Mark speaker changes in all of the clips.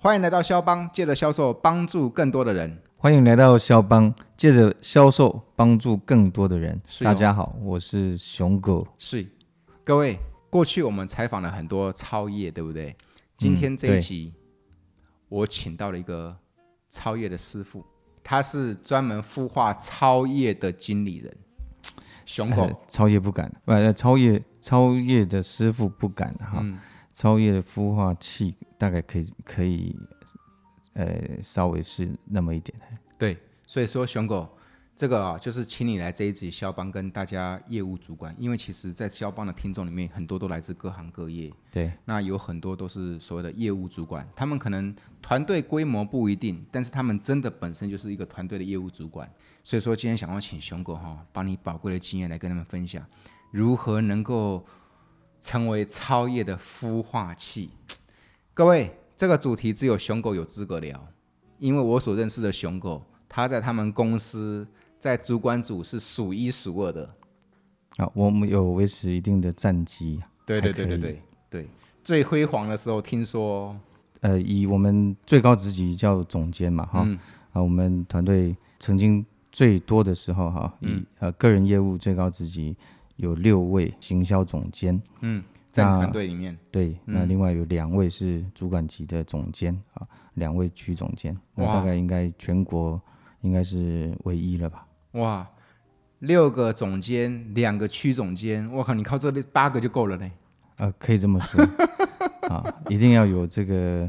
Speaker 1: 欢迎来到肖邦，借着销售帮助更多的人。
Speaker 2: 欢迎来到肖邦，借着销售帮助更多的人。
Speaker 1: 是哦
Speaker 2: 大家好，我是熊狗。
Speaker 1: 是，各位，过去我们采访了很多超越，对不对？今天这一
Speaker 2: 对
Speaker 1: 集，我请到了一个超越的师傅，他是专门孵化超越的经理人。熊狗
Speaker 2: 呃， 超越不敢，呃，超越超越的师傅不敢哈，
Speaker 1: 嗯，
Speaker 2: 超越的孵化器大概可以可以，呃，稍微是那么一点。
Speaker 1: 对，所以说熊狗这个啊，就是请你来这一集肖邦跟大家业务主管，因为其实，在肖邦的听众里面，很多都来自各行各业，
Speaker 2: 对，
Speaker 1: 那有很多都是所谓的业务主管，他们可能团队规模不一定，但是他们真的本身就是一个团队的业务主管。所以说，今天想要请熊狗哈、把你宝贵的经验来跟他们分享，如何能够成为超越的孵化器。各位，这个主题只有熊狗有资格聊，因为我所认识的熊狗，他在他们公司在主管组是数一数二的。
Speaker 2: 啊，我们有维持一定的战绩。
Speaker 1: 对对对
Speaker 2: 还可
Speaker 1: 对
Speaker 2: 以
Speaker 1: 对对，最辉煌的时候，听说
Speaker 2: 呃，以我们最高职级叫总监嘛，
Speaker 1: 嗯
Speaker 2: 哈，啊，我们团队曾经最多的时候哈，以、呃个人业务最高职级有六位行销总监，
Speaker 1: 在你
Speaker 2: 那
Speaker 1: 团队里面。
Speaker 2: 对，那另外有两位是主管级的总监啊，两位区总监，那
Speaker 1: 哇
Speaker 2: 大概应该全国应该是唯一了吧？
Speaker 1: 哇，六个总监，两个区总监，我靠，你靠这六八个就够了嘞。
Speaker 2: 呃，可以这么 说啊，一定要有这个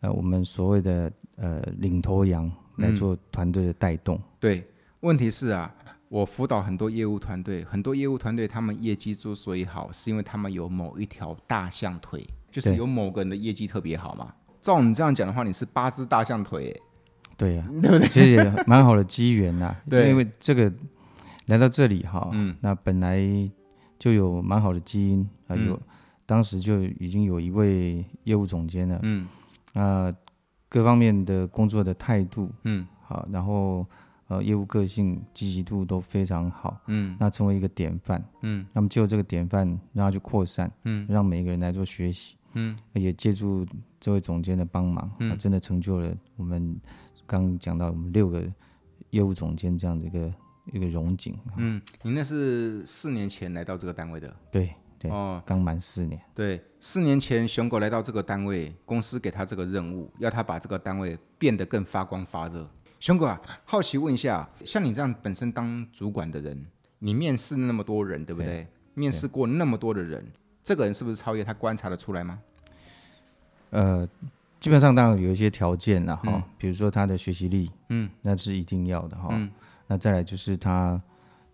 Speaker 2: 呃我们所谓的呃领头羊来做团队的带动。
Speaker 1: 对，问题是啊，我辅导很多业务团队，很多业务团队他们业绩之所以好，是因为他们有某一条大象腿，就是
Speaker 2: 对
Speaker 1: 有某个人的业绩特别好嘛。照你这样讲的话，你是八只大象腿耶，
Speaker 2: 对呀、嗯对不对？其实也蛮好的机缘 呐、
Speaker 1: 对
Speaker 2: 因为这个来到这里哈，
Speaker 1: 嗯
Speaker 2: 那本来就有蛮好的基因啊，
Speaker 1: 嗯
Speaker 2: 有、当时就已经有一位业务总监了，
Speaker 1: 嗯，
Speaker 2: 那、各方面的工作的态度，
Speaker 1: 嗯，
Speaker 2: 好，然后呃业务个性、积极度都非常好，
Speaker 1: 嗯，
Speaker 2: 那成为一个典范，
Speaker 1: 嗯，
Speaker 2: 那么就这个典范让它去扩散，
Speaker 1: 嗯，
Speaker 2: 让每一个人来做学习，
Speaker 1: 嗯，
Speaker 2: 也借助这位总监的帮忙，啊，真的成就了我们刚讲到我们六个业务总监这样的一个一个荣景，
Speaker 1: 嗯，你那是四年前来到这个单位的
Speaker 2: 对对，
Speaker 1: 哦，
Speaker 2: 刚满四年，
Speaker 1: 对，四年前熊狗来到这个单位，公司给他这个任务，要他把这个单位变得更发光发热。熊狗啊，好奇问一下，像你这样本身当主管的人，你面试那么多人，对不对？面试过那么多的人，这个人是不是超越？他观察得出来吗？
Speaker 2: 呃，基本上当然有一些条件了哈，比如说他的学习力，嗯，那是一定要的哈。那再来就是他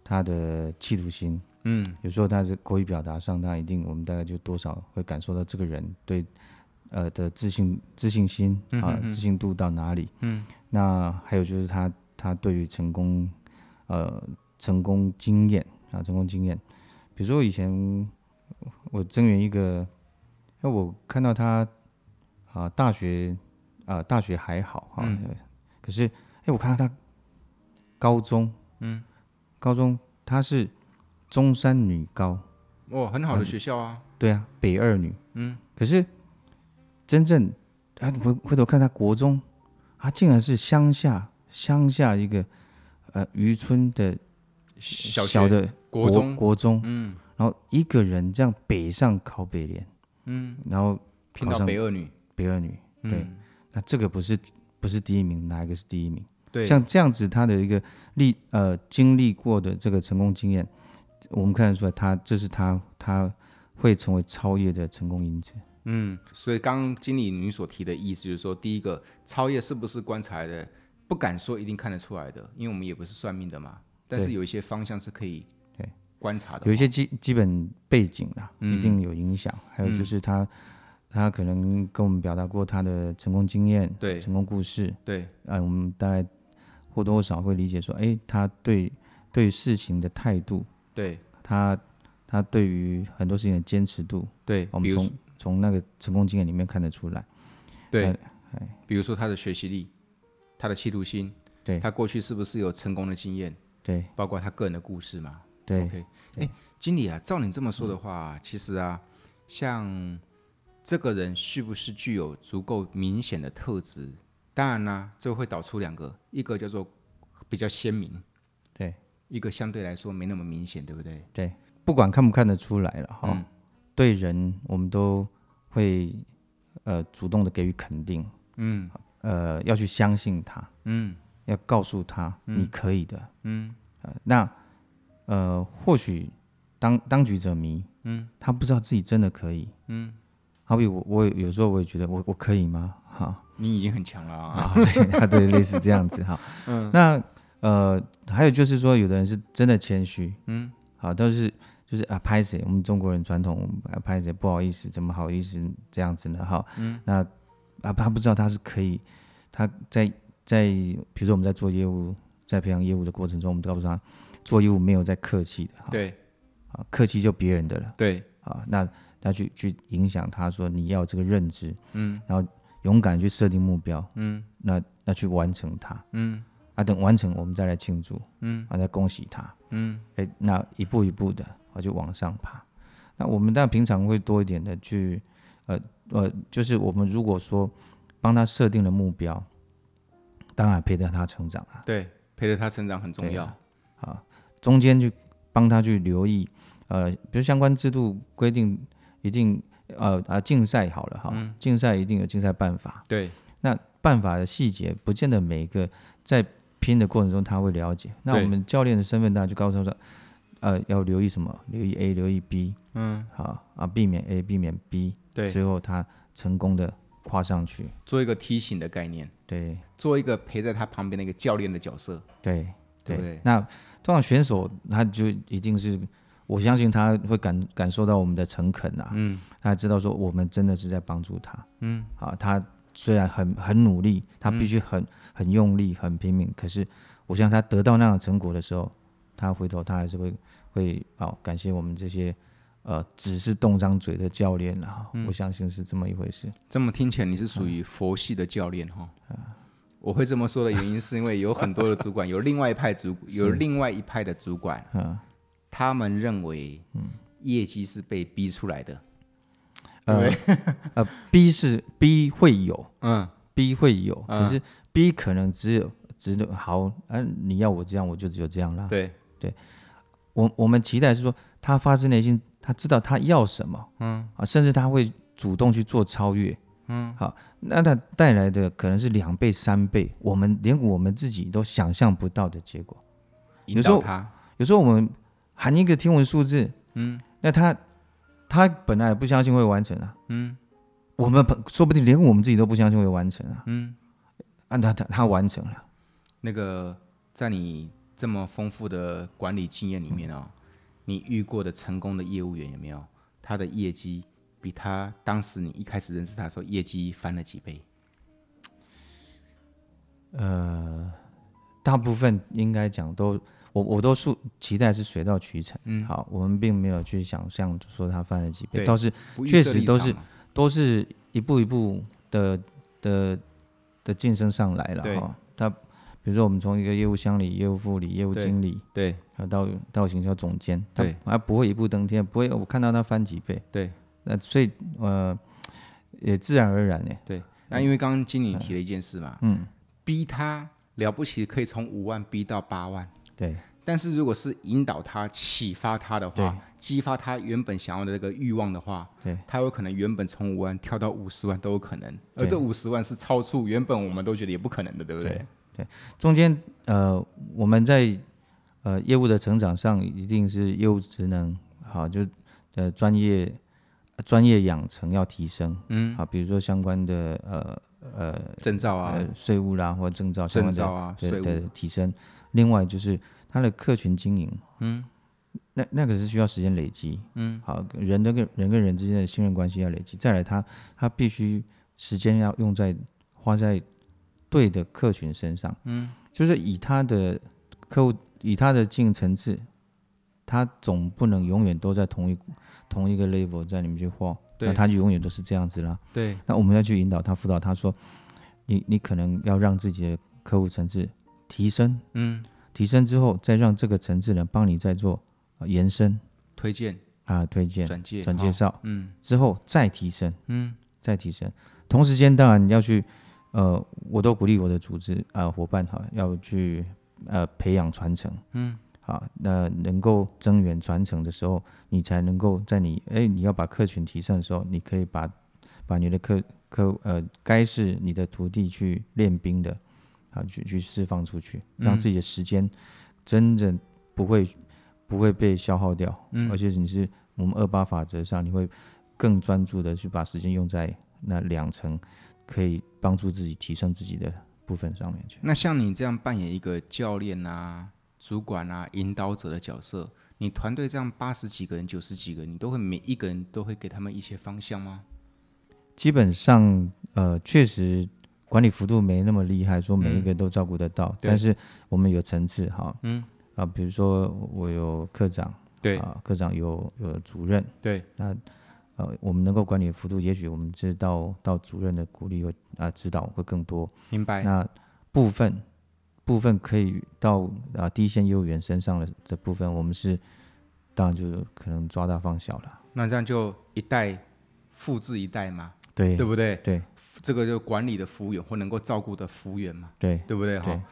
Speaker 2: 他的企图心，
Speaker 1: 嗯，
Speaker 2: 有时候他是口语表达上，他一定我们大概就多少会感受到这个人对呃的自信自信心啊、自信度到哪里。嗯，那还有就是他他对于成功呃成功经验啊成功经验，比如说以前我增援一个，那我看到他啊、大学啊、大学还好啊，可是哎我看到他高中嗯高中他是。中山女高，
Speaker 1: 哦，很好的学校啊，
Speaker 2: 对啊，北二女，嗯，可是真正啊，回回头看她国中，她竟然是乡下乡下一个呃渔村的
Speaker 1: 小学
Speaker 2: 小的
Speaker 1: 国中
Speaker 2: 国中，嗯，然后一个人这样北上考北联，嗯，然后
Speaker 1: 拼到
Speaker 2: 考上
Speaker 1: 北二女，
Speaker 2: 北二女，对，
Speaker 1: 嗯
Speaker 2: 那这个不是不是第一名，哪一个是第一名？
Speaker 1: 对，
Speaker 2: 像这样子，他的一个历呃经历过的这个成功经验，我们看得出来他，这是他他会成为超越的成功因子。
Speaker 1: 嗯，所以刚刚经理你所提的意思就是说，第一个超越是不是观察的，不敢说一定看得出来的，因为我们也不是算命的嘛。但是
Speaker 2: 对
Speaker 1: 有一些方向是可以
Speaker 2: 对
Speaker 1: 观察的嘛，嗯
Speaker 2: 有一些基基本背景啦，一定有影响。还有就是他、他可能跟我们表达过他的成功经验、
Speaker 1: 对
Speaker 2: 成功故事，
Speaker 1: 对，
Speaker 2: 啊，我们大概或多或少会理解说，哎，他对对事情的态度，
Speaker 1: 对
Speaker 2: 他他对于很多事情的坚持度，
Speaker 1: 对，
Speaker 2: 我
Speaker 1: 比
Speaker 2: 们
Speaker 1: 如
Speaker 2: 从从那个成功经验里面看得出来。
Speaker 1: 对
Speaker 2: 哎，
Speaker 1: 比如说他的学习力，他的企图心，
Speaker 2: 对
Speaker 1: 他过去是不是有成功的经验，
Speaker 2: 对
Speaker 1: 包括他个人的故事嘛？
Speaker 2: 对。
Speaker 1: OK，哎，经理啊，照你这么说的话，其实啊，像这个人是不是具有足够明显的特质？当然呢，这会导出两个，一个叫做比较鲜明，
Speaker 2: 对
Speaker 1: 一个相对来说没那么明显，对不对？
Speaker 2: 对，不管看不看得出来了哈、
Speaker 1: 嗯
Speaker 2: 对人我们都会呃主动的给予肯定，
Speaker 1: 嗯
Speaker 2: 呃要去相信他，
Speaker 1: 嗯
Speaker 2: 要告诉他
Speaker 1: 嗯
Speaker 2: 你可以的。
Speaker 1: 嗯
Speaker 2: 呃那呃，或许当当局者迷，
Speaker 1: 嗯，
Speaker 2: 他不知道自己真的可以，
Speaker 1: 嗯，
Speaker 2: 好比我我有时候我也觉得我我可以吗？哈
Speaker 1: 你已经很强了啊。
Speaker 2: 啊，对对，类似这样子哈。嗯，那呃，还有就是说，有的人是真的谦虚，
Speaker 1: 嗯，
Speaker 2: 好，但是就是啊，拍谁？我们中国人传统啊，拍谁？不好意思，怎么好意思这样子呢？哈，嗯，那啊，他不知道他是可以，他在在，比如说我们在做业务，在培养业务的过程中，我们都告诉他，做业务没有在客气的，哈，
Speaker 1: 对
Speaker 2: 啊，客气就别人的了，
Speaker 1: 对，
Speaker 2: 啊，那他去去影响他说你要有这个认知，
Speaker 1: 嗯
Speaker 2: 然后勇敢去设定目标，
Speaker 1: 嗯
Speaker 2: 那那去完成它，
Speaker 1: 嗯
Speaker 2: 啊，等完成我们再来庆祝，
Speaker 1: 嗯
Speaker 2: 啊，再恭喜他，
Speaker 1: 嗯
Speaker 2: 哎，那一步一步的我就往上爬。那我们当然平常会多一点的去，呃呃，就是我们如果说帮他设定了目标，当然陪着他成长啊，
Speaker 1: 对，陪着他成长很重
Speaker 2: 对
Speaker 1: 要
Speaker 2: 啊。中间去帮他去留意，呃，比如相关制度规定一定，呃啊，竞赛好了哈，
Speaker 1: 嗯
Speaker 2: 竞赛一定有竞赛办法，
Speaker 1: 对
Speaker 2: 那办法的细节，不见得每一个在拼的过程中他会了解。那
Speaker 1: 对
Speaker 2: 我们教练的身份，大家就告诉他说，呃，要留意什么？留意 A，留意 B，
Speaker 1: 嗯，
Speaker 2: 好啊，避免 A，避免 B，
Speaker 1: 对，
Speaker 2: 最后他成功的跨上去。
Speaker 1: 做一个提醒的概念，
Speaker 2: 对
Speaker 1: 做一个陪在他旁边的一个教练的角色，
Speaker 2: 对
Speaker 1: 对不对？
Speaker 2: 那通常选手他就一定是，我相信他会感感受到我们的诚恳啊，
Speaker 1: 嗯
Speaker 2: 他知道说我们真的是在帮助他
Speaker 1: 嗯
Speaker 2: 啊。他虽然很很努力，他必须很、很用力、很拼命，可是我相信他得到那样的成果的时候，他回头他还是会会哦感谢我们这些呃只是动张嘴的教练啦、
Speaker 1: 嗯
Speaker 2: 啊我相信是这么一回事。
Speaker 1: 这么听起来你是属
Speaker 2: 嗯
Speaker 1: 于佛系的教练哈。我会这么说的原因是因为有很多的主 管，有另外一派主，有另外一派的主管，
Speaker 2: 嗯
Speaker 1: 他们认为业绩是被逼出来的，
Speaker 2: 呃 呃，B 是 B 会有
Speaker 1: 嗯，
Speaker 2: ，B 会有，可是 B 可能只有只有好，嗯、你要我这样，我就只有这样啦。
Speaker 1: 对，
Speaker 2: 我我们期待是说他发自内心，他知道他要什么，嗯啊，甚至他会主动去做超越，嗯，好，那他带来的可能是两倍、三倍，我们连我们自己都想象不到的结果。
Speaker 1: 引
Speaker 2: 有时候
Speaker 1: 导他，
Speaker 2: 有时候我们喊一个天文数字，嗯，那他他本来也不相信会完成啊，嗯，我们本说不定连我们自己都不相信会完成啊，嗯，啊，他他他完成了，
Speaker 1: 那个在你这么丰富的管理经验里面
Speaker 2: 嗯
Speaker 1: 哦，你遇过的成功的业务员有没有？他的业绩比他当时你一开始认识他的时候业绩翻了几倍？
Speaker 2: 大部分应该讲都，我我都是期待是水到渠成。嗯，好，我们并没有去想象说它翻了几倍，
Speaker 1: 对
Speaker 2: 倒是
Speaker 1: 不预
Speaker 2: 确
Speaker 1: 设
Speaker 2: 实
Speaker 1: 立
Speaker 2: 都
Speaker 1: 场
Speaker 2: 是
Speaker 1: 嘛
Speaker 2: 都是一步一步的的的晋升上来了
Speaker 1: 对
Speaker 2: 哈。它比如说我们从一个业务乡里、业务副理、业务
Speaker 1: 对
Speaker 2: 经理，
Speaker 1: 对
Speaker 2: 然后到到行销总监，它
Speaker 1: 对
Speaker 2: 它不会一步登天，不会我看到它翻几倍，
Speaker 1: 对
Speaker 2: 那所以呃也自然而然呢，
Speaker 1: 对。那因为刚刚经理提了一件事嘛，嗯，逼他了不起可以从五万逼到八万，
Speaker 2: 对
Speaker 1: 但是如果是引导他、启发他的话，激发他原本想要的这个欲望的话，
Speaker 2: 对，
Speaker 1: 他有可能原本从五万跳到五十万都有可能，而
Speaker 2: 对
Speaker 1: 这五十万是超出原本我们都觉得也不可能的，对不对？
Speaker 2: 中间呃，我们在呃业务的成长上，一定是业务职能好，就呃专业专业养成要提升，嗯，好，比如说相关的呃呃
Speaker 1: 证照啊，
Speaker 2: 呃税务啦或者证照相
Speaker 1: 证
Speaker 2: 关的
Speaker 1: 照啊，
Speaker 2: 对
Speaker 1: 税
Speaker 2: 的
Speaker 1: 务，
Speaker 2: 提升。另外就是它的客群经营，嗯，那那个是需要时间累积，嗯，好，人的跟人跟人之间的信任关系要累积。再来它，它必须时间要用在花在对的客群身上，嗯，就是以他的客户，以他的经营层次，他总不能永远都在同一同一个 level 在里面去画，
Speaker 1: 对
Speaker 2: 那他就永远都是这样子啦。
Speaker 1: 对
Speaker 2: 那我们要去引导他、辅导他说，你你可能要让自己的客户层次提升，
Speaker 1: 嗯，
Speaker 2: 提升之后再让这个层次呢帮你再做、呃延伸
Speaker 1: 推荐、
Speaker 2: 啊、推荐、
Speaker 1: 转介、
Speaker 2: 转介
Speaker 1: 哦
Speaker 2: 绍，
Speaker 1: 嗯
Speaker 2: 之后再提升，
Speaker 1: 嗯，
Speaker 2: 再提升。同时间，当然你要去，呃，我都鼓励我的组织啊、呃伙伴哈，要去呃培养传承，嗯，好，那能够增援传承的时候，你才能够在你哎你要把客群提升的时候，你可以把把你的客客呃该是你的徒弟去练兵的，啊，去去释放出去，让自己的时间真正不会不会被消耗掉，
Speaker 1: 嗯
Speaker 2: 而且你是我们二八法则上，你会更专注的去把时间用在那两层可以帮助自己提升自己的部分上面去。
Speaker 1: 那像你这样扮演一个教练啊、主管啊、引导者的角色，你团队这样八十几个人、九十几个人，你都会每一个人都会给他们一些方向吗？
Speaker 2: 基本上，呃，确实管理幅度没那么厉害，说每一个都照顾得到，
Speaker 1: 嗯对
Speaker 2: 但是我们有层次哈，嗯，啊，比如说我有科长，
Speaker 1: 对
Speaker 2: 啊，科长有有主任，
Speaker 1: 对，
Speaker 2: 呃，我们能够管理的幅度，也许我们是到到主任的鼓励和啊、指导会更多，
Speaker 1: 明白。
Speaker 2: 那部分部分可以到啊、第一线业务员身上的的部分，我们是当然就是可能抓大放小了，
Speaker 1: 那这样就一代复制一代嘛，
Speaker 2: 对
Speaker 1: 对不对？
Speaker 2: 对
Speaker 1: 这个就管理的服务员或能够照顾的服务员嘛，
Speaker 2: 对
Speaker 1: 对不对？
Speaker 2: 对
Speaker 1: 哈，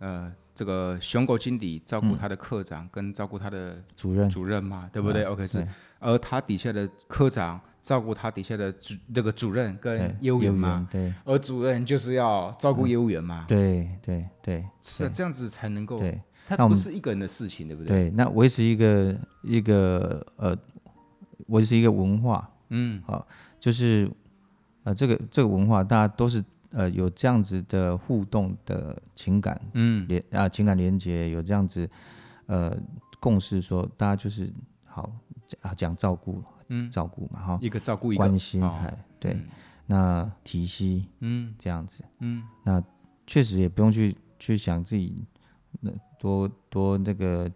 Speaker 1: 呃，这个熊狗经理照顾他的科长跟照顾他的
Speaker 2: 主任
Speaker 1: 主任嘛，对不嗯对？OK 是
Speaker 2: 对，
Speaker 1: 而他底下的科长照顾他底下的主那个主任
Speaker 2: 对
Speaker 1: 跟业务员嘛，，啊
Speaker 2: 对
Speaker 1: 而主任就是要照顾业务员嘛，
Speaker 2: 嗯对对对
Speaker 1: 是啊这样子才能够，
Speaker 2: 对那
Speaker 1: 它
Speaker 2: 我
Speaker 1: 不
Speaker 2: 们
Speaker 1: 是一个人的事情，对不对？
Speaker 2: 对，那维持一个一个呃，维持一个文化，嗯，好、就是呃这个这个文化，大家都是呃有这样子的互动的情感
Speaker 1: 嗯，
Speaker 2: 连啊、情感连接，有这样子呃共识说，大家就是好啊讲照顾，嗯，照顾嘛哈，
Speaker 1: 一个照顾一个，
Speaker 2: 关心，
Speaker 1: 哦
Speaker 2: 哎、对，那提息，嗯，这样子，
Speaker 1: 嗯，
Speaker 2: 那确实也不用去去想自己那多多那个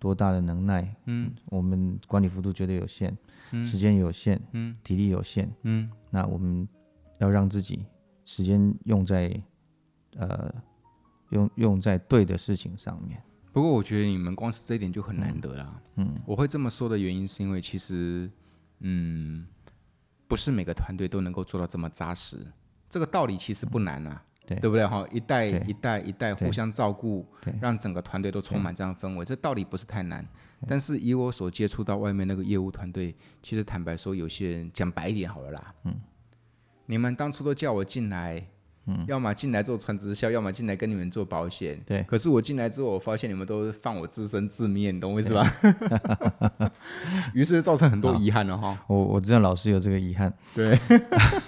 Speaker 2: 多大的能耐，嗯，我们管理幅度绝对有限，时间有限，嗯，体力有限，
Speaker 1: 嗯，
Speaker 2: 那我们要让自己时间用在呃用用在对的事情上面，
Speaker 1: 不过我觉得你们光是这一点就很难得啦。嗯，我会这么说的原因是因为其实，嗯，不是每个团队都能够做到这么扎实。这个道理其实不难啊，
Speaker 2: 对
Speaker 1: 不对哈？一代
Speaker 2: 对
Speaker 1: 一代一代互相照顾
Speaker 2: 对，
Speaker 1: 让整个团队都充满这样的氛围，这道理不是太难。但是以我所接触到外面那个业务团队，其实坦白说，有些人讲白一点好了啦，嗯，你们当初都叫我进来，嗯，要么进来做传直销，要么进来跟你们做保险，
Speaker 2: 对
Speaker 1: 可是我进来之后，我发现你们都放我自生自灭，你懂我意思吧？ 于是造成很多遗憾了哈。
Speaker 2: 我我知道老师有这个遗憾，
Speaker 1: 对，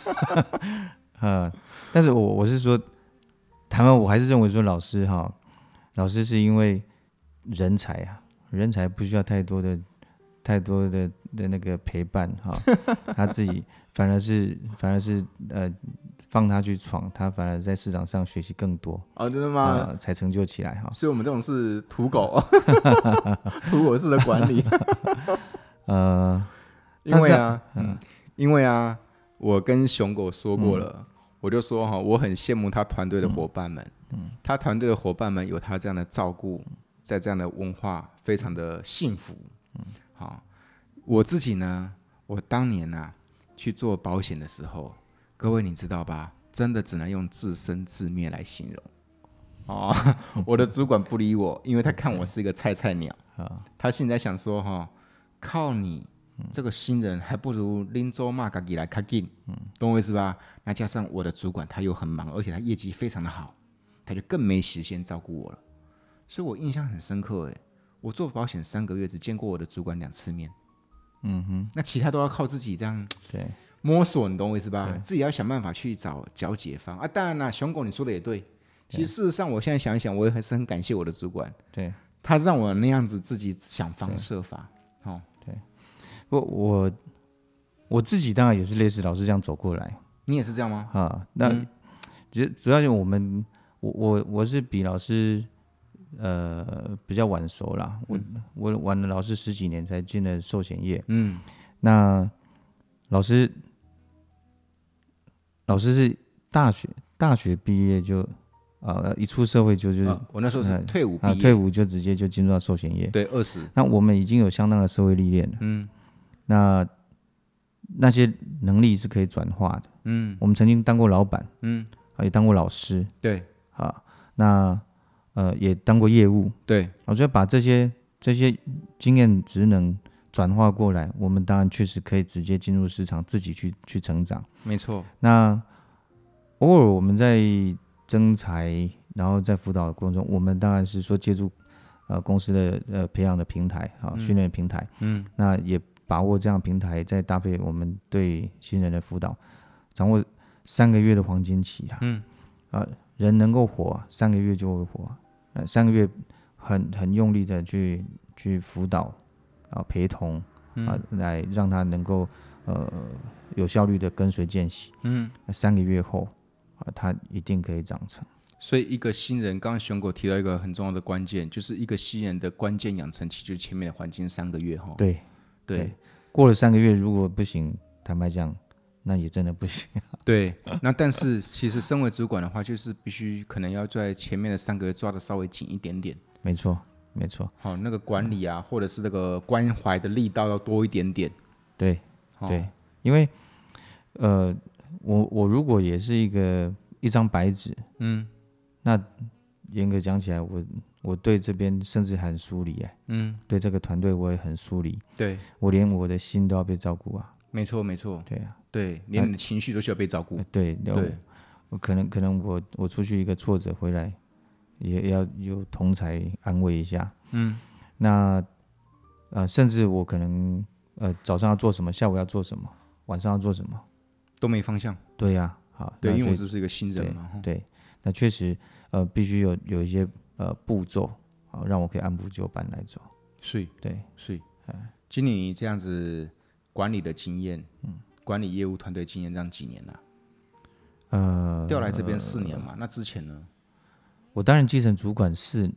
Speaker 2: 呃，但是我我是说，台湾我还是认为说老师哈，老师是因为人才啊，人才不需要太多的太多的的那个陪伴哈，他自己反而是反而是呃放他去闯，他反而在市场上学习更多
Speaker 1: 哦，真的吗？
Speaker 2: 啊、呃才成就起来哈。
Speaker 1: 所以我们这种是土狗， 土狗式的管理。
Speaker 2: 呃，
Speaker 1: 因为啊，嗯，因为啊，我跟熊狗说过了，我就说哈、我很羡慕他团队的伙伴们，他团队的伙伴们有他这样的照顾，在这样的文化非常的幸福。好，我自己呢，我当年啊去做保险的时候，各位你知道吧？真的只能用自生自灭来形容。 哦，我的主管不理我，因为他看我是一个菜菜鸟。他现在想说哈、靠你这个新人，还不如拎走骂自己来开进，懂我意思吧？那加上我的主管他又很忙，而且他业绩非常的好，他就更没时间照顾我了。所以我印象很深刻，诶，我做保险三个月只见过我的主管两次面，嗯哼，那其他都要靠自己这样
Speaker 2: 对，
Speaker 1: 摸索，你懂我意思吧？自己要想办法去找找解方啊。当然啦，熊狗你说的也对，其实事实上我现在想一想，我也还是很感谢我的主管，
Speaker 2: 对
Speaker 1: 他让我那样子自己想方设法，哦，
Speaker 2: 我我我自己当然也是类似老师这样走过来，
Speaker 1: 你也是这样吗？
Speaker 2: 啊，那
Speaker 1: 嗯
Speaker 2: 其实主要就我们，我我我是比老师呃比较晚熟啦，我、我晚了老师十几年才进了寿险业。
Speaker 1: 嗯，
Speaker 2: 那老师老师是大学大学毕业就呃一出社会就就是
Speaker 1: 啊我那时候是退伍毕
Speaker 2: 啊
Speaker 1: 业，
Speaker 2: 退伍就直接就进入到寿险业。
Speaker 1: 对二十，
Speaker 2: 那我们已经有相当的社会历练了，嗯，那那些能力是可以转化的。嗯，我们曾经当过老板，
Speaker 1: 嗯，
Speaker 2: 啊也当过老师，
Speaker 1: 对
Speaker 2: 啊，那呃也当过业务，
Speaker 1: 对，
Speaker 2: 我觉得把这些这些经验职能转化过来，我们当然确实可以直接进入市场，自己去去成长。
Speaker 1: 没错，
Speaker 2: 那偶尔我们在征才，然后在辅导的过程中，我们当然是说借助呃公司的呃培养的平台啊，训练的平台，
Speaker 1: 嗯，
Speaker 2: 那也把握这样的平台，再搭配我们对新人的辅导，掌握三个月的黄金期啊，
Speaker 1: 嗯，
Speaker 2: 啊，人能够活啊，三个月就会活啊，呃，三个月很很用力的去去辅导啊，陪同
Speaker 1: 嗯
Speaker 2: 啊，来让他能够呃有效率的跟随见习。
Speaker 1: 嗯，
Speaker 2: 那三个月后啊，它一定可以长成。
Speaker 1: 所以一个新人，刚刚熊狗提到一个很重要的关键，就是一个新人的关键养成期，就是前面的环境三个月哈。
Speaker 2: 对，
Speaker 1: 对
Speaker 2: 哎过了三个月如果不行，坦白讲，那也真的不行。
Speaker 1: 对，那但是其实身为主管的话，就是必须可能要在前面的三个月抓的稍微紧一点点，
Speaker 2: 没错，没错，
Speaker 1: 好、那个管理啊，或者是那个关怀的力道要多一点点。
Speaker 2: 对、
Speaker 1: 哦、
Speaker 2: 对，因为呃，我我如果也是一个一张白纸，
Speaker 1: 嗯
Speaker 2: 那严格讲起来，我我对这边甚至很疏离哎，
Speaker 1: 嗯，
Speaker 2: 对这个团队我也很疏离，
Speaker 1: 对，
Speaker 2: 我连我的心都要被照顾啊。
Speaker 1: 没错没错，
Speaker 2: 对啊，
Speaker 1: 对，连你的情绪都需要被照顾
Speaker 2: 呃。对，对
Speaker 1: 对，
Speaker 2: 我可能可能我我出去一个挫折回来，也要有同才安慰一下。
Speaker 1: 嗯
Speaker 2: 那呃，甚至我可能呃早上要做什么，下午要做什么，晚上要做什么。
Speaker 1: 都没方向。
Speaker 2: 对呀、好，
Speaker 1: 对，
Speaker 2: 那
Speaker 1: 因为
Speaker 2: 所
Speaker 1: 我
Speaker 2: 以
Speaker 1: 只是一个新人嘛。哈
Speaker 2: 对，那确实呃必须有有一些呃步骤，好让我可以按部就班来走。
Speaker 1: 所以
Speaker 2: 对，
Speaker 1: 所以，
Speaker 2: 哎
Speaker 1: 经理你这样子管理的经验，
Speaker 2: 嗯
Speaker 1: 管理业务团队经验这样几年了、
Speaker 2: 呃，
Speaker 1: 调来这边四年嘛，那之前呢？
Speaker 2: 我担任基层主管四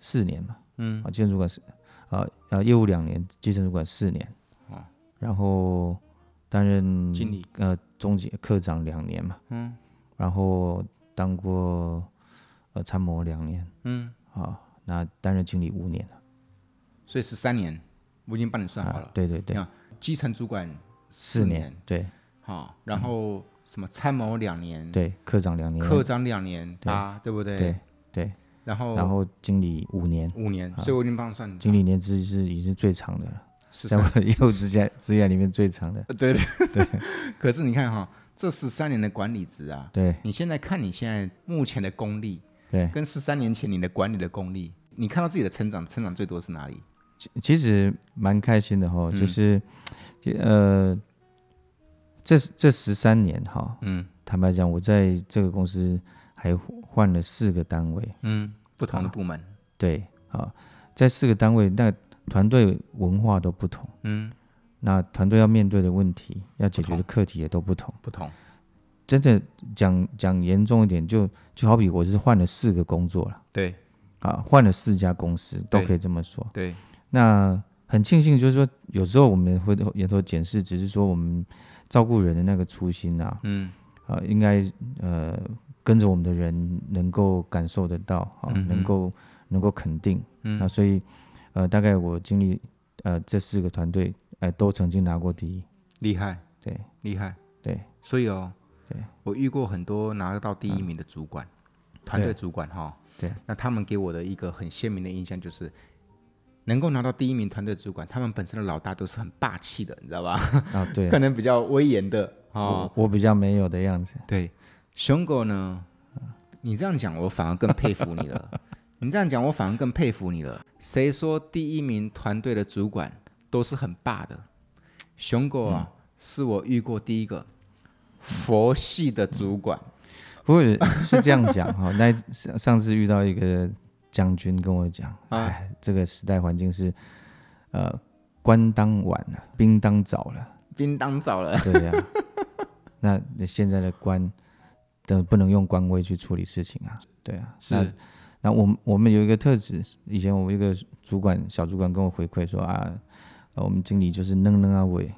Speaker 2: 四年嘛，嗯，啊，基层主管是啊呃业务两年，基层主管四年，
Speaker 1: 哦
Speaker 2: 然后担任
Speaker 1: 经理
Speaker 2: 呃中级科长两年嘛，嗯，然后当过呃参谋两年，
Speaker 1: 嗯，
Speaker 2: 啊，那担任经理五年了，
Speaker 1: 所以十三年，我已经帮你算好了。
Speaker 2: 啊，对对对，
Speaker 1: 基层主管
Speaker 2: 四
Speaker 1: 年，
Speaker 2: 对
Speaker 1: 好、然后什么参谋两年，
Speaker 2: 对，科长两年，
Speaker 1: 嗯科长两年八，对不对？
Speaker 2: 对对，
Speaker 1: 然后
Speaker 2: 然后经理五年，
Speaker 1: 五年，所以我已经帮你算
Speaker 2: 经理年资是已经是最长的了，
Speaker 1: 十
Speaker 2: 在
Speaker 1: 三
Speaker 2: 我的业务职涯职涯里面最长的，
Speaker 1: 呃 对对对。可是你看哈、这十三年的管理值啊，
Speaker 2: 对
Speaker 1: 你现在看你现在目前的功力，
Speaker 2: 对。
Speaker 1: 跟十三年前你的管理的功力，你看到自己的成长，成长最多是哪里？
Speaker 2: 其实蛮开心的哈、
Speaker 1: 嗯
Speaker 2: 就是、呃，这这十三年哈，
Speaker 1: 嗯
Speaker 2: 坦白讲，我在这个公司还换了四个单位，
Speaker 1: 嗯，不同的部门，
Speaker 2: 对啊，在四个单位，那团队文化都不同，
Speaker 1: 嗯，
Speaker 2: 那团队要面对的问题、要解决
Speaker 1: 不
Speaker 2: 的课题也都不同。
Speaker 1: 不同，
Speaker 2: 真的讲讲严重一点，就就好比我是换了四个工作了
Speaker 1: 对
Speaker 2: 啊，换了四家公司，都
Speaker 1: 对
Speaker 2: 可以这么说。
Speaker 1: 对，
Speaker 2: 那很庆幸，就是说有时候我们回头回头检视，只是说我们照顾人的那个初心啊，
Speaker 1: 嗯
Speaker 2: 啊、应该呃跟着我们的人能够感受得到啊，
Speaker 1: 嗯哼
Speaker 2: 能够能够肯定。那
Speaker 1: 嗯
Speaker 2: 所以呃，大概我经历呃这四个团队，呃，都曾经拿过第一。
Speaker 1: 厉害
Speaker 2: 对
Speaker 1: 厉害，
Speaker 2: 对，
Speaker 1: 所以哦，
Speaker 2: 对
Speaker 1: 我遇过很多拿到第一名的主管，团队主管哈，
Speaker 2: 对，
Speaker 1: 那他们给我的一个很鲜明的印象就是。能够拿到第一名团队主管，他们本身的老大都是很霸气的，你知道吧？
Speaker 2: 啊，对
Speaker 1: 可，能比较威严的哦，
Speaker 2: 我我比较没有的样子。
Speaker 1: 对，熊狗呢？你这样讲，我反而更佩服你 了。你这样讲，我反而更佩服你了。谁说第一名团队的主管都是很霸的？熊狗啊，是我遇过第一个佛系的主管。
Speaker 2: 不过是这样讲哈，那上上次遇到一个将军跟我讲，
Speaker 1: 啊
Speaker 2: 哎，这个时代环境是，呃，官当晚了，兵当早了，
Speaker 1: 兵当早了，
Speaker 2: 对 呀、那那现在的官的不能用官威去处理事情啊，对啊，那
Speaker 1: 是
Speaker 2: 那我们我们有一个特质，以前我们一个主管小主管跟我回馈说啊，呃我们经理就是能能啊伟，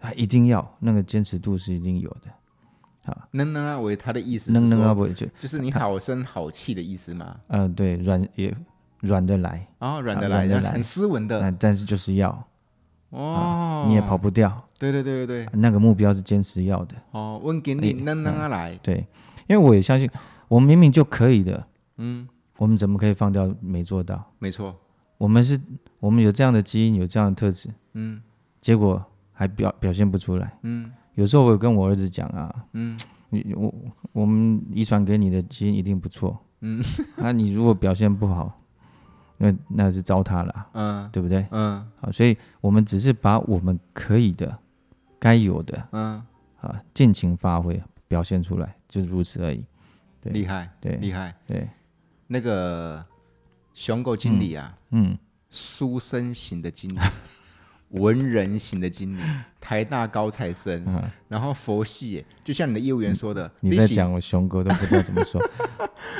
Speaker 2: 啊一定要那个坚持度是一定有的，
Speaker 1: 能能啊，我他的意思
Speaker 2: 能
Speaker 1: 是
Speaker 2: 能啊
Speaker 1: 说，
Speaker 2: 伟就
Speaker 1: 就是你好声好气的意思嘛。
Speaker 2: 嗯、呃对软也软的来。
Speaker 1: 哦，软
Speaker 2: 啊
Speaker 1: 的来，哎
Speaker 2: 软得来
Speaker 1: 很斯文的
Speaker 2: 那但是就是要
Speaker 1: 呃哦。
Speaker 2: 你也跑不掉，
Speaker 1: 对对对对对，
Speaker 2: 那个目标是坚持要的。
Speaker 1: 哦，问给你能能啊来，
Speaker 2: 对，因为我也相信，我们明明就可以的，嗯，我们怎么可以放掉没做到？
Speaker 1: 没错，
Speaker 2: 我们是，我们有这样的基因，有这样的特质，
Speaker 1: 嗯
Speaker 2: 结果还表表现不出来。
Speaker 1: 嗯
Speaker 2: 有时候我有跟我儿子讲啊，
Speaker 1: 嗯，
Speaker 2: 你我我们遗传给你的基因一定不错，
Speaker 1: 嗯，
Speaker 2: 啊，你如果表现不好，那那是糟蹋了啊，
Speaker 1: 嗯
Speaker 2: 对不对？
Speaker 1: 嗯
Speaker 2: 好，所以我们只是把我们可以的、该有的
Speaker 1: 嗯，
Speaker 2: 啊，尽情发挥，表现出来，就如此而已。对
Speaker 1: 厉害
Speaker 2: 对
Speaker 1: 厉害，
Speaker 2: 对，
Speaker 1: 那个熊狗经理啊，
Speaker 2: 嗯，
Speaker 1: 书生型的 经理，文人型的经理，台大高材生，
Speaker 2: 啊
Speaker 1: 然后佛系耶，就像你的业务员说的，
Speaker 2: 嗯你在
Speaker 1: 是
Speaker 2: 讲我熊哥都不知道怎 么说，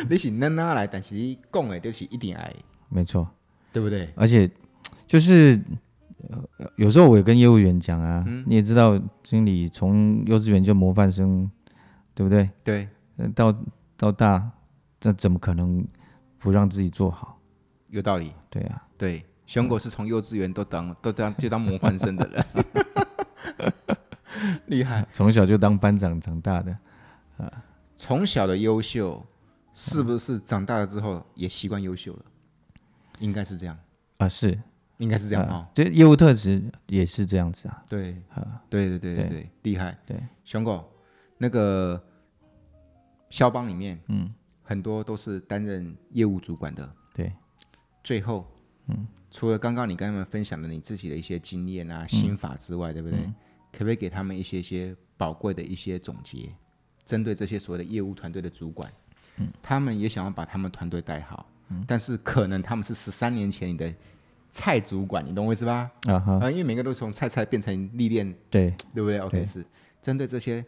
Speaker 1: 你是能拿来，但是你讲的就是一点爱，
Speaker 2: 没错。
Speaker 1: 对不对？
Speaker 2: 而且就是、呃有时候我也跟业务员讲啊，
Speaker 1: 嗯
Speaker 2: 你也知道，经理从幼稚园就模范生，对不对？
Speaker 1: 对，
Speaker 2: 呃到到大，那怎么可能不让自己做好？
Speaker 1: 有道理。
Speaker 2: 对啊，
Speaker 1: 对，熊狗是从幼稚园都当都当就当模范生的 人，厉害。
Speaker 2: 从小就当班长长大的，
Speaker 1: 从小的优秀，是不是长大了之后也习惯优秀了？应该是这样，
Speaker 2: 啊，是
Speaker 1: 应该是这样哦。
Speaker 2: 这业务特质也是这样啊子啊。
Speaker 1: 对，对对对对对，厉害。
Speaker 2: 对，
Speaker 1: 熊狗那个肖邦里面，嗯，很多都是担任业务主管的。
Speaker 2: 对，
Speaker 1: 最后，嗯，除了刚刚你跟他们分享的你自己的一些经验啊、心法之外，对不对？可不可以给他们一些些宝贵的一些总结，针对这些所谓的业务团队的主管，他们也想要把他们团队带好，但是可能他们是十三年前你的菜主管，你懂我意思吧？
Speaker 2: 啊哈，
Speaker 1: 啊，因为每个都从菜菜变成历练
Speaker 2: 对，
Speaker 1: 对不对？OK，
Speaker 2: 对
Speaker 1: 是针对这些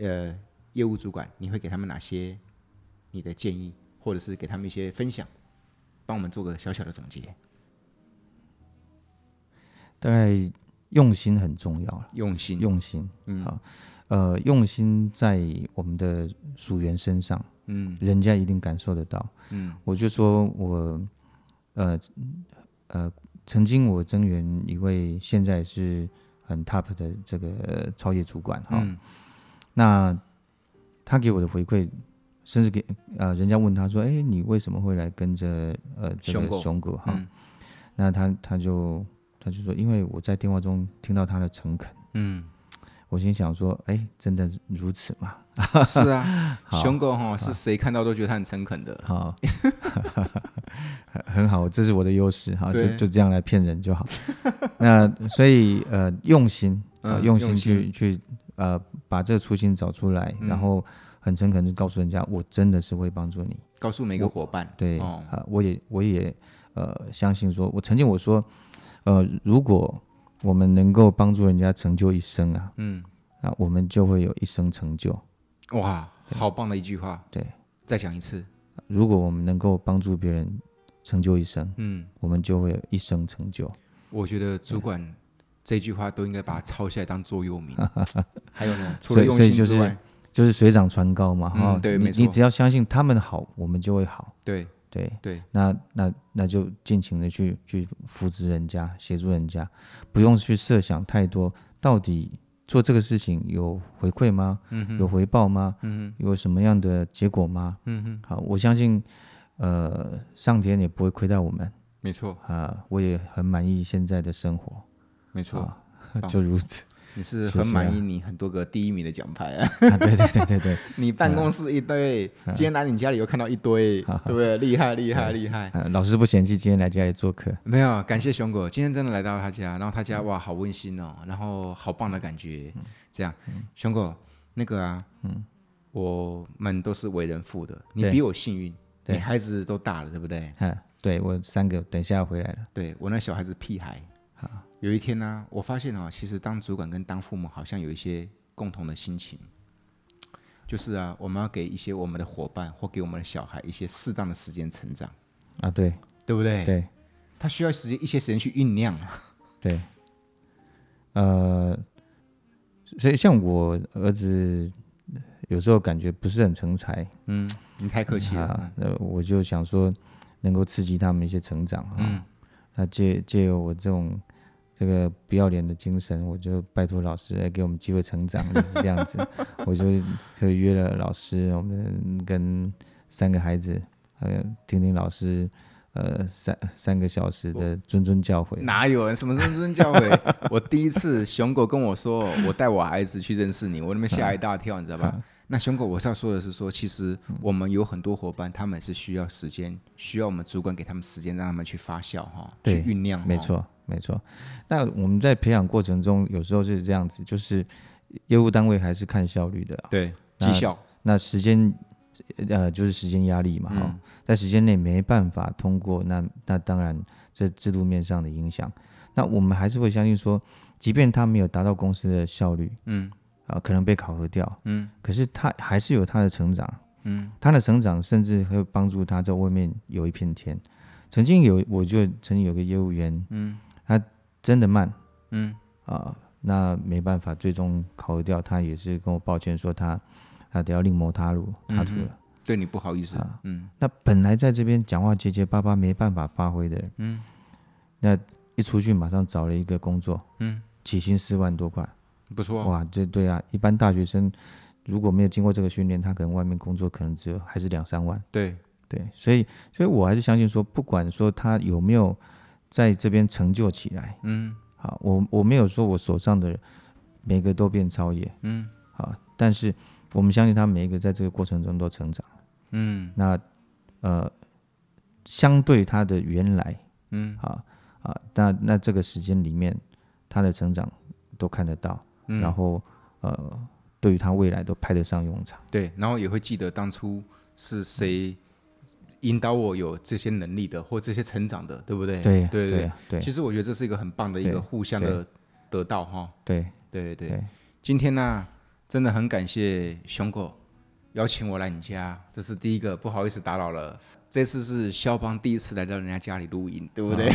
Speaker 1: 呃业务主管，你会给他们哪些你的建议，或者是给他们一些分享，帮我们做个小小的总结。
Speaker 2: 大概用心很重要了，
Speaker 1: 用心，
Speaker 2: 用心，嗯，好，呃，用心在我们的属员身上，
Speaker 1: 嗯
Speaker 2: 人家一定感受得到。
Speaker 1: 嗯，
Speaker 2: 我就说我，呃呃，曾经我增援一位现在是很 top 的这个呃超业主管哈、
Speaker 1: 嗯
Speaker 2: 那他给我的回馈，甚至给呃人家问他说，哎，你为什么会来跟着呃这
Speaker 1: 熊
Speaker 2: 个
Speaker 1: 狗
Speaker 2: 熊狗哈、
Speaker 1: 嗯
Speaker 2: 那他他就他就说，因为我在电话中听到他的诚恳，
Speaker 1: 嗯，
Speaker 2: 我心想说，哎，真的是如此吗？
Speaker 1: 是啊，熊狗哈是谁看到都觉得他很诚恳的，
Speaker 2: 好，很好，这是我的优势哈，就
Speaker 1: 对
Speaker 2: 就这样来骗人就好。 那所以呃，用心，呃，
Speaker 1: 嗯
Speaker 2: 用
Speaker 1: 用嗯
Speaker 2: 心去去呃，把这个初心找出来，然后很诚恳的告诉人家，我真的是会帮助你。
Speaker 1: 告诉每个伙伴，
Speaker 2: 对，
Speaker 1: 哦，
Speaker 2: 啊，我也我也呃相信说，我曾经我说，呃，如果我们能够帮助人家成就一生啊，
Speaker 1: 嗯，
Speaker 2: 啊，我们就会有一生成就。
Speaker 1: 哇，好棒的一句话，
Speaker 2: 对，
Speaker 1: 再讲一次，
Speaker 2: 如果我们能够帮助别人成就一生，
Speaker 1: 嗯，
Speaker 2: 我们就会有一生成就。
Speaker 1: 我觉得主管这句话都应该把它抄下来当座 右铭。还有呢，除
Speaker 2: 所
Speaker 1: 了
Speaker 2: 以
Speaker 1: 用
Speaker 2: 所以
Speaker 1: 心
Speaker 2: 就
Speaker 1: 之
Speaker 2: 是
Speaker 1: 外，
Speaker 2: 就是水涨船高嘛，
Speaker 1: 嗯
Speaker 2: 哈、
Speaker 1: 对
Speaker 2: 你
Speaker 1: 没错
Speaker 2: 你只要相信他们好，我们就会好，
Speaker 1: 对
Speaker 2: 对
Speaker 1: 对，
Speaker 2: 那那那就尽情的去去扶持人家，协助人家，不用去设想太多，到底做这个事情有回馈吗？嗯、有回报吗？嗯、有什么样的结果吗？嗯、好，我相信，呃，上天也不会亏待我们
Speaker 1: 没错
Speaker 2: 啊、我也很满意现在的生活，
Speaker 1: 没错。
Speaker 2: 啊就如此、
Speaker 1: 你是
Speaker 2: 谢
Speaker 1: 很
Speaker 2: 谢
Speaker 1: 满
Speaker 2: 啊
Speaker 1: 意你很多个第一名的奖牌啊！
Speaker 2: 啊，对对对对对，
Speaker 1: 你办公室一堆，
Speaker 2: 嗯
Speaker 1: 今天来你家里又看到一 堆，对不对？厉害厉害厉害！
Speaker 2: 呃，老师不嫌弃今天来家里做客，
Speaker 1: 没有，感谢熊狗，今天真的来到他家，然后他
Speaker 2: 嗯
Speaker 1: 家哇，好温馨哦，然后好棒的感觉。这样，
Speaker 2: 嗯
Speaker 1: 熊狗那个啊，嗯，我们都是为人父的，你
Speaker 2: 对
Speaker 1: 比我幸运，
Speaker 2: 对
Speaker 1: 你孩子都大了，对不对？
Speaker 2: 嗯，对我三个等一下回来了，
Speaker 1: 对我那小孩子屁孩。有一天呢、我发现哦，其实当主管跟当父母好像有一些共同的心情，就是啊，我们要给一些我们的伙伴或给我们的小孩一些适当的时间成长，
Speaker 2: 啊，对
Speaker 1: 对不对？
Speaker 2: 对
Speaker 1: 他需要时间一些时间去酝酿啊。
Speaker 2: 对，呃，所以像我儿子有时候感觉不是很成才
Speaker 1: 嗯，你太客气了
Speaker 2: 啊。，那我就想说能够刺激他们一些成长啊，那借借由我这种这个不要脸的精神，我就拜托老师来给我们机会成长，就是这样子。我就就约了老师，我们跟三个孩子，呃，听听老师，呃，三三个小时的谆谆教诲。
Speaker 1: 哪有啊人什么谆谆教 诲？我第一次熊狗跟我说，我带我孩子去认识你，我那边吓一大跳，你知道
Speaker 2: 嗯
Speaker 1: 吧？那熊狗，我是要说的是说，其实我们有很多伙伴，他们是需要时间，需要我们主管给他们时间，让他们去发酵哈，去
Speaker 2: 对
Speaker 1: 酝酿。
Speaker 2: 没，错，没错。那我们在培养过程中，有时候就是这样子，就是业务单位还是看效率的啊、
Speaker 1: 对，绩
Speaker 2: 那
Speaker 1: 效，
Speaker 2: 那时间，呃，就是时间压力嘛，哈、
Speaker 1: 嗯
Speaker 2: 在时间内没办法通过，那那当然这制度面上的影响，那我们还是会相信说，即便他没有达到公司的效率，
Speaker 1: 嗯
Speaker 2: 啊、可能被考核掉，
Speaker 1: 嗯
Speaker 2: 可是他还是有他的成长，
Speaker 1: 嗯
Speaker 2: 他的成长甚至会帮助他在外面有一片天。曾经有，我就曾经有个业务员，
Speaker 1: 嗯，
Speaker 2: 他真的慢，
Speaker 1: 嗯
Speaker 2: 啊、那没办法，最终考核掉，他也是跟我抱歉说他，他得要另谋他路，他出了。
Speaker 1: 嗯对你不好意思
Speaker 2: 啊，
Speaker 1: 嗯
Speaker 2: 那本来在这边讲话结结巴巴没办法发挥的人，
Speaker 1: 嗯
Speaker 2: 那一出去马上找了一个工作，
Speaker 1: 嗯，
Speaker 2: 起薪四万多块，
Speaker 1: 不错，
Speaker 2: 哇，这对啊，一般大学生如果没有经过这个训练，他可能外面工作可能只有还是两三万，
Speaker 1: 对，
Speaker 2: 对，所以所以我还是相信说，不管说他有没有在这边成就起来，
Speaker 1: 嗯
Speaker 2: 好，我我没有说我手上的每个都变超越，
Speaker 1: 嗯
Speaker 2: 好，但是我们相信他每一个在这个过程中都成长。
Speaker 1: 嗯
Speaker 2: 那呃，相对他的原来
Speaker 1: 嗯
Speaker 2: 啊啊，那那这个时间里面，他的成长都看得到，
Speaker 1: 嗯，
Speaker 2: 然后呃，对于他未来都派得上用场。
Speaker 1: 对，然后也会记得当初是谁引导我有这些能力的，或这些成长的，对不对？
Speaker 2: 对呀
Speaker 1: 对
Speaker 2: 对对
Speaker 1: 其实我觉得这是一个很棒的一
Speaker 2: 对
Speaker 1: 个互相的得到哈。
Speaker 2: 对
Speaker 1: 对对
Speaker 2: 对
Speaker 1: 今天呢、真的很感谢熊狗邀请我来你家，这是第一个，不好意思打扰了。这次是肖邦第一次来到人家家里录音，对不对？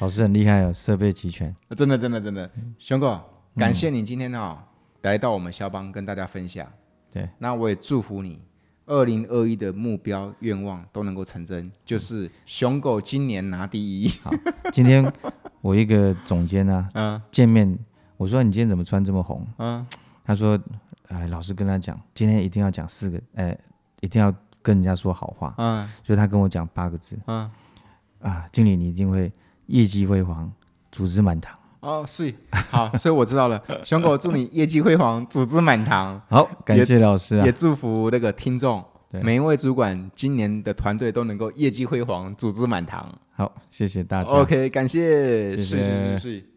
Speaker 2: 老师很厉害哦，设备齐全。
Speaker 1: 真的真的真的，
Speaker 2: 嗯
Speaker 1: 熊哥，感谢你今天哦、来到我们肖邦跟大家分享。
Speaker 2: 对，
Speaker 1: 那我也祝福你，二零二一的目标愿望都能够成真，就是熊狗今年拿第一。
Speaker 2: 今天我一个总监啊，见面我说你今天怎么穿这么红？
Speaker 1: 嗯，
Speaker 2: 他说，哎，老师跟他讲，今天一定要讲四个，哎，一定要跟人家说好话。
Speaker 1: 嗯
Speaker 2: 所以他跟我讲八个字
Speaker 1: 嗯，
Speaker 2: 啊，经理你一定会业绩辉煌，组织满堂。
Speaker 1: 哦， 是，好，所以我知道了。熊狗祝你业绩辉煌，组织满堂，
Speaker 2: 好，感谢老师啊
Speaker 1: 也，祝福那个听众。
Speaker 2: 对
Speaker 1: 每一位主管今年的团队都能够业绩辉煌，组织满堂。
Speaker 2: 好，谢谢大家。
Speaker 1: OK，感谢，
Speaker 2: 啊谢
Speaker 1: 是是
Speaker 2: 谢
Speaker 1: 是是。